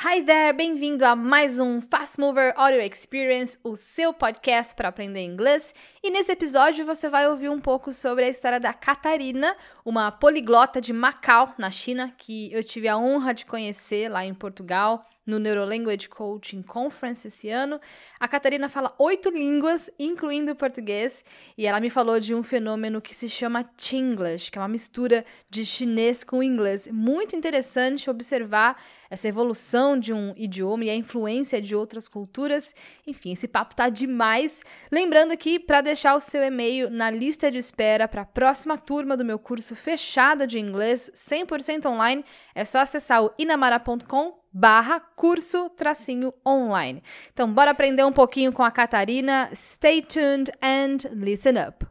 Hi there, bem-vindo a mais um Fast Mover Audio Experience, o seu podcast para aprender inglês. E nesse episódio você vai ouvir um pouco sobre a história da Catarina, uma poliglota de Macau, na China, que eu tive a honra de conhecer lá em Portugal no Neurolanguage Coaching Conference esse ano. A Catarina fala oito línguas, incluindo o português, e ela me falou de um fenômeno que se chama Chinglish, que é uma mistura de chinês com inglês. Muito interessante observar essa evolução de um idioma e a influência de outras culturas. Enfim, esse papo tá demais. Lembrando que para deixar o seu e-mail na lista de espera para a próxima turma do meu curso fechada de inglês 100% online, é só acessar o inamara.com barra curso tracinho online. Então, bora aprender um pouquinho com a Catarina. Stay tuned and listen up.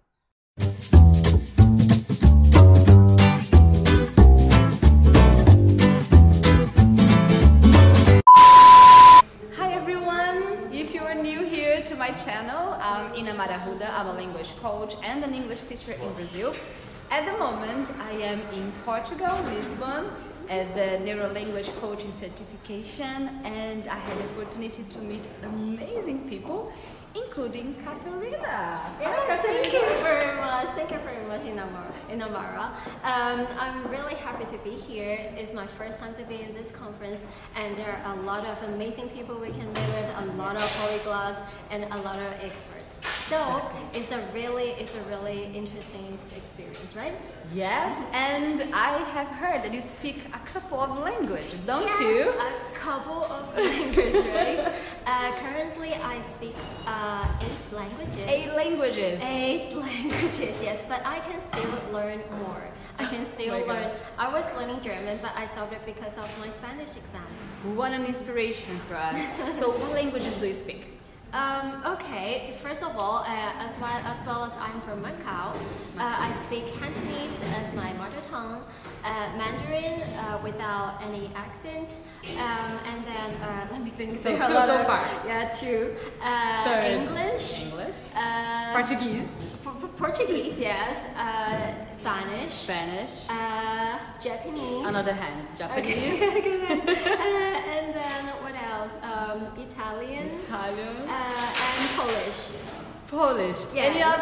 Hi everyone! If you are new here to my channel, I'm Ina Marahuda. I'm a language coach and an English teacher in Brazil. At the moment, I am in Portugal, Lisbon, at the Neuro Language Coaching Certification, and I had the opportunity to meet amazing people, including Katarina. Hi, Hi, thank you Katarina. very much. Thank you very much, Inamara. Inamara. Um, I'm really happy to be here. It's my first time to be in this conference, and there are a lot of amazing people we can meet with, a lot of polyglots, and a lot of experts. So it's a really, it's a really interesting experience, right? Yes, and I have heard that you speak a couple of languages, don't you? yes, a couple of languages. uh, currently, I speak uh, eight languages. Eight languages. Eight languages, yes, but I can still learn more. I can still my God. learn. I was learning German, but I stopped it because of my Spanish exam. What an inspiration for us. so, what languages do you speak? Um, okay, first of all, uh, as, well, as well as I'm from Macau, uh, I speak Cantonese as my mother tongue, uh, Mandarin uh, without any accent, um, and then uh, let me think. So There are a two lot so of- far. Yeah, two. Uh, Third. English. English. Uh, Portuguese. P- p- Portuguese, yes. Uh, Spanish. Spanish. Uh, Japanese. Oh, Another hand. Japanese. Okay. Good. uh, and then what else? Um, Italian. Italian. Uh, and Polish. Polish. Any Yes.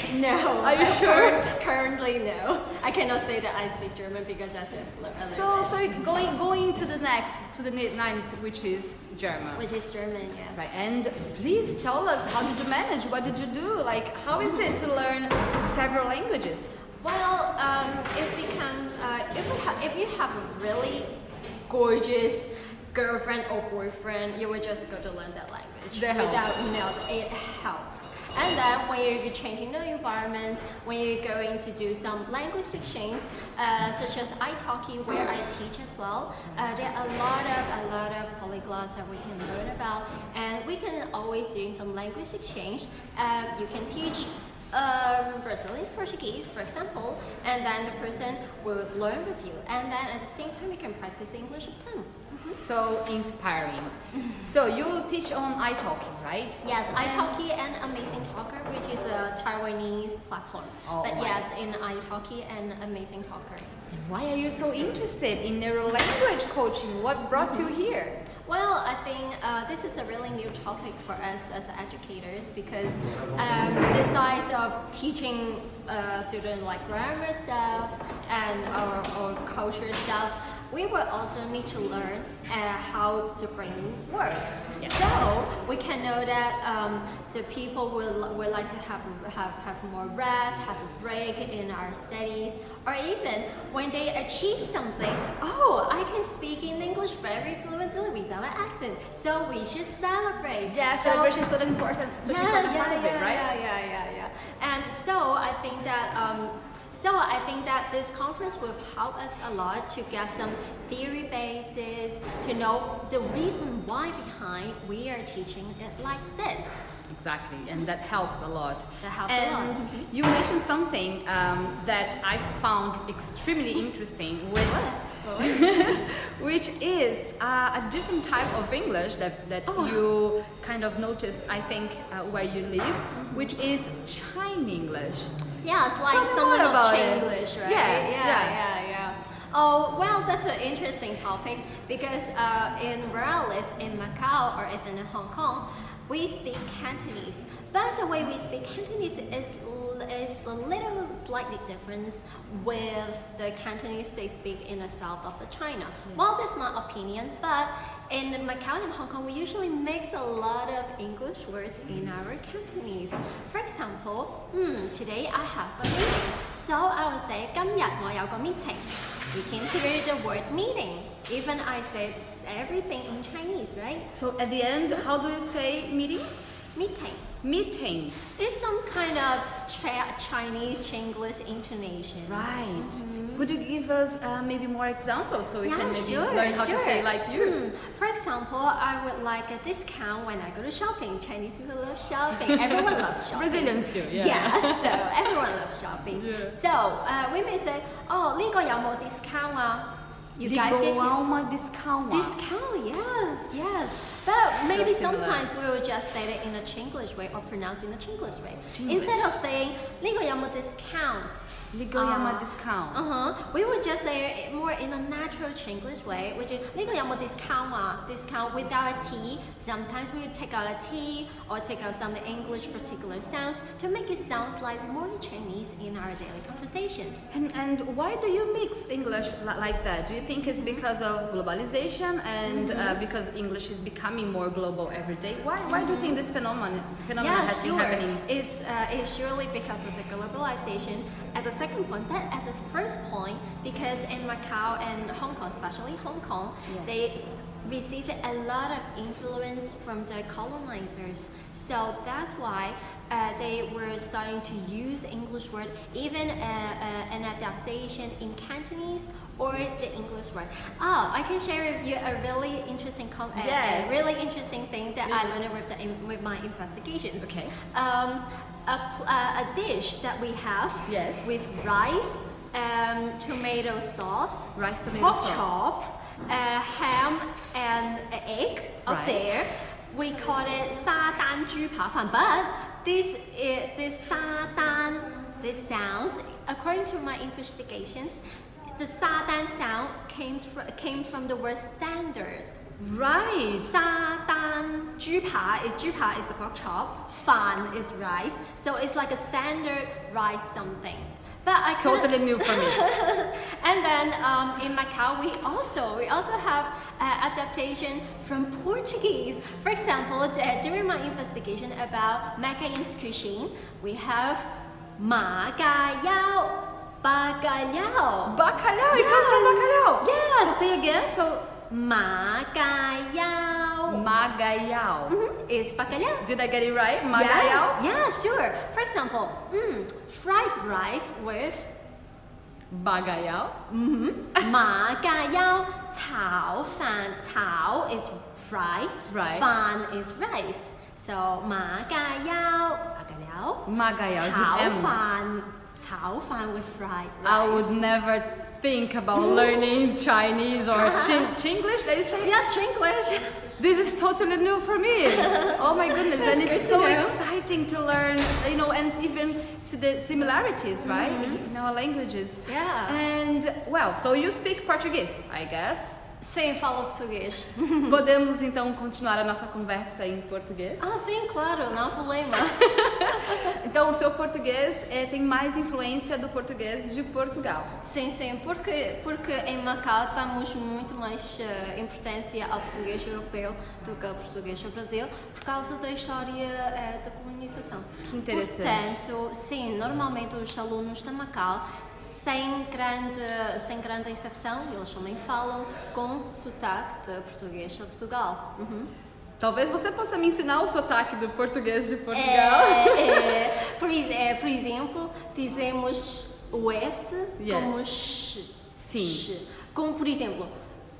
others? No. Are you sure? Uh, Currently, no. I cannot say that I speak German because I just learned. So, so going going to the next to the ni- ninth, which is German. which is German, yes. Right, and please tell us how did you manage? What did you do? Like, how is it to learn several languages? Well, um, it become uh, if you ha- if you have a really gorgeous girlfriend or boyfriend, you will just go to learn that language That helps. without melt. It helps. And then when you're changing the environment, when you're going to do some language exchange, uh, such as italki, where I teach as well, uh, there are a lot of a lot of polyglots that we can learn about, and we can always doing some language exchange. Um, you can teach um, Brazilian Portuguese, for example, and then the person will learn with you, and then at the same time you can practice English with them. So inspiring. so you teach on iTalking, right? Yes, italki and Amazing Talker, which is a Taiwanese platform. Oh but my. yes, in italki and Amazing Talker. Why are you so interested in neuro language coaching? What brought you here? Well, I think uh, this is a really new topic for us as educators because um, besides of teaching uh, students like grammar stuff and our, our culture stuff, we will also need to learn uh, how the brain works. So we can know that um, the people will, will like to have, have, have more rest, have a break in our studies, or even when they achieve something, oh, I can speak in English very fluently without an accent. So we should celebrate. Yeah, So- celebration is so important, such yeah, important yeah, part of yeah, it, right? Yeah, yeah, yeah, yeah. And so I think that um, so I think that this conference will help us a lot to get some theory basis to know the reason why behind we are teaching it like this. Exactly, and that helps a lot. That helps a and lot. Mm-hmm. you mentioned something um, that I found extremely interesting, with, which is uh, a different type of English that, that Oh. you kind of noticed, I think, uh, where you live, Mm-hmm. which is Chine English. Yeah, it's Tell like me someone more about of it. English, right? Yeah, yeah, yeah. yeah, yeah. Oh, well, that's an interesting topic because uh, in where I live, in Macau or even in Hong Kong, we speak Cantonese. But the way we speak Cantonese is, l- is a little slightly different with the Cantonese they speak in the south of the China. Well, that's my opinion, but in Macau and Hong Kong, we usually mix a lot of English words in our Cantonese. For example, hmm, today I have a meeting. So I will say 今日我有個 meeting. You can hear the word meeting. Even I said everything in Chinese, right? So at the end, how do you say meeting? Meeting. Meeting. It's some kind of cha- Chinese English intonation. Right. Could you give us uh, maybe more examples so we Mm-hmm. Yeah, can maybe sure, learn how to say sure. like you? Hmm. For example, I would like a discount when I go to shopping. Chinese people love shopping. Everyone loves shopping. Brazilians too, yeah. so everyone loves shopping. Yeah. So uh, we may say, oh, 呢個有冇 discount 啊? You guys can hear- Ligoalma discount. Discount, yes, yes. But maybe similar. sometimes we will just say it in a Chinglish way or pronounce in a Chinglish way. Instead of saying 呢個有冇 discount? Ligoyama uh, discount. Uh-huh. We would just say it more in a natural Chinglish way, which is 呢個有冇 discount 啊? Discount without a T. Sometimes we would take out a T or take out some English particular sounds to make it sounds like more Chinese in our daily conversations. And, and why do you mix English li- like that? Do you think it's because of globalization and uh, because English is becoming more global every day? Why, why do you think this phenomenon, phenomenon has been happening? It's, uh, it's surely because of the globalization at the second point, but at the first point, because in Macau and Hong Kong, especially Hong Kong, Yes. they received a lot of influence from the colonizers. So that's why uh, they were starting to use English word, even uh, uh, an adaptation in Cantonese or the English word. Oh, I can share with you a really interesting com- uh, a- a Yes. really interesting thing that I learned with, the, in- with my investigations. Okay. Um, a, pl- uh, a dish that we have Yes. with rice, um, tomato sauce, Rice, tomato pork sauce. chop, uh, ham, and a egg up Right. there. We call it 沙丹猪扒饭, but this i- this 沙丹 this sounds according to my investigations, the 沙丹 sound came from came from the word standard. Right. Sa dan ju pa is ju pa is a pork chop. Fan is rice. So it's like a standard rice something. But I couldn't- Totally new for me. and then um, in Macau, we also we also have uh, adaptation from Portuguese. For example, d- uh, during my investigation about Macayan's cuisine, we have magayao, bagayao. Bacalhau, it comes from bacalhau. Yes. So say again, so Mm-hmm. Magayao magaiao. Mhm, is bagayao. Did I get it right? Yeah, Magaiao? yeah, sure. For example, mm, fried rice with Bagaiao. ma ga yao cao fan. Cao is fried, Right. fan is rice. So ma ga yao, ma ga yao, Magaiao is cao with M. fan, cao fan with fried rice. I would never think about learning Chinese or Chin Chinglish. That you say? yeah, Chinglish. This is totally new for me. Oh my goodness! and That's it's good so to know. exciting to learn, you know, and even see the similarities, right, in our languages. Yeah. And well, so you speak Portuguese, I guess. Sem falar português. Podemos então continuar a nossa conversa em português? Ah, sim, claro, não há problema. Então, o seu português eh, tem mais influência do português de Portugal. Sim, sim, porque, porque em Macau damos muito mais eh, importância ao português europeu do que ao português do Brasil por causa da história eh, da colonização. Que interessante. Portanto, sim, normalmente os alunos de Macau, sem grande, sem grande exceção, eles também falam com sotaque de português de Portugal. Uhum. Talvez você possa me ensinar o sotaque do português de Portugal. É, é, por, ex- é, por exemplo, dizemos o S Yes. como sh. Sim. Sh. Como por exemplo,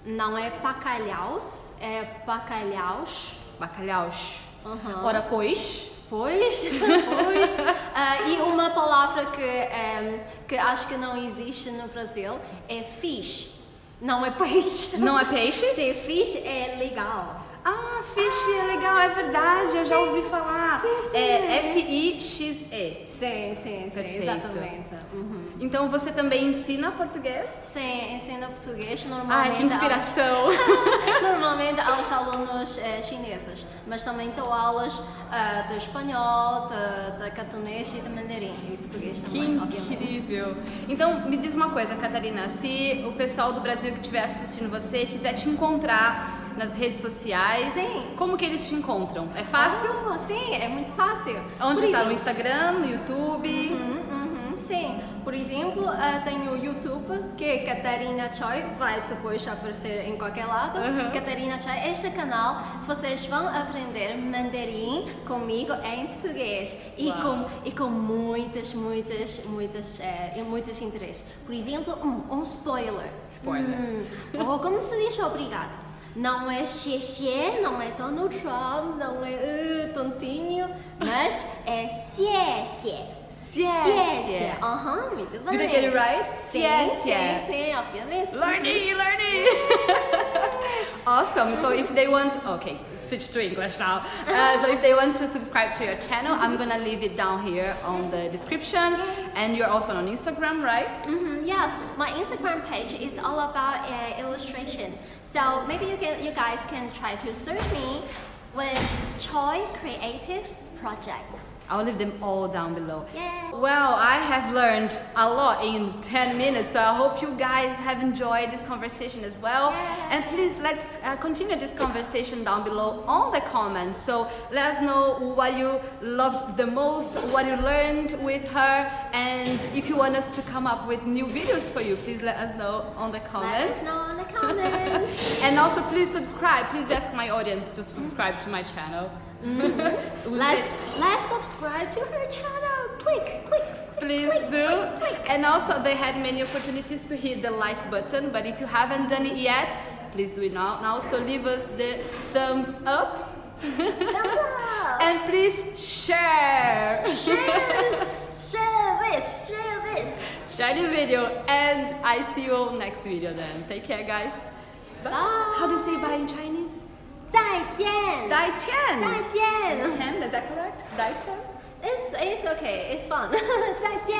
não é bacalhaus, é bacalhaus. Bacalhaus. Aham. Ora, pois. Pois, pois. Ah, e uma palavra que, ehm, que acho que não existe no Brasil é fish. Não é peixe. Não é peixe? Ser fish é legal. Ah, fiche é legal, é verdade, eu já ouvi falar. Sim, sim. É F-I-X-E. Sim, sim, sim, Perfeito. exatamente. Uhum. Então você também ensina português? Sim, ensino português normalmente. Ai, que inspiração! aos- Normalmente aos alunos eh, chineses, mas também dou aulas ah, de espanhol, de, de cantonês e de mandarim e português Que também, obviamente. incrível! Então, me diz uma coisa, Catarina, se o pessoal do Brasil que estiver assistindo você quiser te encontrar nas redes sociais, Sim. como que eles te encontram? É fácil? Ah, sim, é muito fácil. Onde Por está? No exemplo- Instagram, no YouTube? Uhum, uhum, sim. Por exemplo, ah, tem o YouTube, que é Catarina Choi, vai depois aparecer em qualquer lado. Uhum. Catarina Choi, este canal, vocês vão aprender mandarim comigo em português. E Uau. com, e com muitas, muitas, muitas, eh, e muitos interesses. Por exemplo, um, um spoiler. Spoiler. Hum, oh, como se diz obrigado? Não é xixi, não é Donald Trump, não é uh, tontinho, mas é ciência. Ciência. Aham, muito bem. Did I get it right? Sim, Ciência. sim, sim, obviamente. Learning, learning. awesome. So if they want, okay, switch to English now. Uh, so if they want to subscribe to your channel, I'm gonna leave it down here on the description. And you're also on Instagram, right? Mhm, yes, my Instagram page is all about uh, illustration. So maybe you can, you guys can try to search me with Choi Creative Projects. I'll leave them all down below. Yay! Well, I have learned a lot in 10 minutes, so I hope you guys have enjoyed this conversation as well. Yeah. And please let's uh, continue this conversation down below on the comments. So let us know what you loved the most, what you learned with her, and if you want us to come up with new videos for you, please let us know on the Let comments. us know in the comments. And also, please subscribe. Please ask my audience to subscribe to my channel. Would you Mm-hmm. Let's say- let's subscribe to her channel. Click, click, click. Please click, do. Click, click. And also, they had many opportunities to hit the like button, but if you haven't done it yet, please do it now. Now, so leave us the thumbs up Thumbs up. and please share. share, this, share this, share this. Share this video, and I see you all next video then. Take care, guys. Bye. How do you say bye in Chinese? 再见。 Dai Tian. 再见. Tian, is that correct? Dai Tian? It's it's okay. It's fun. 再见.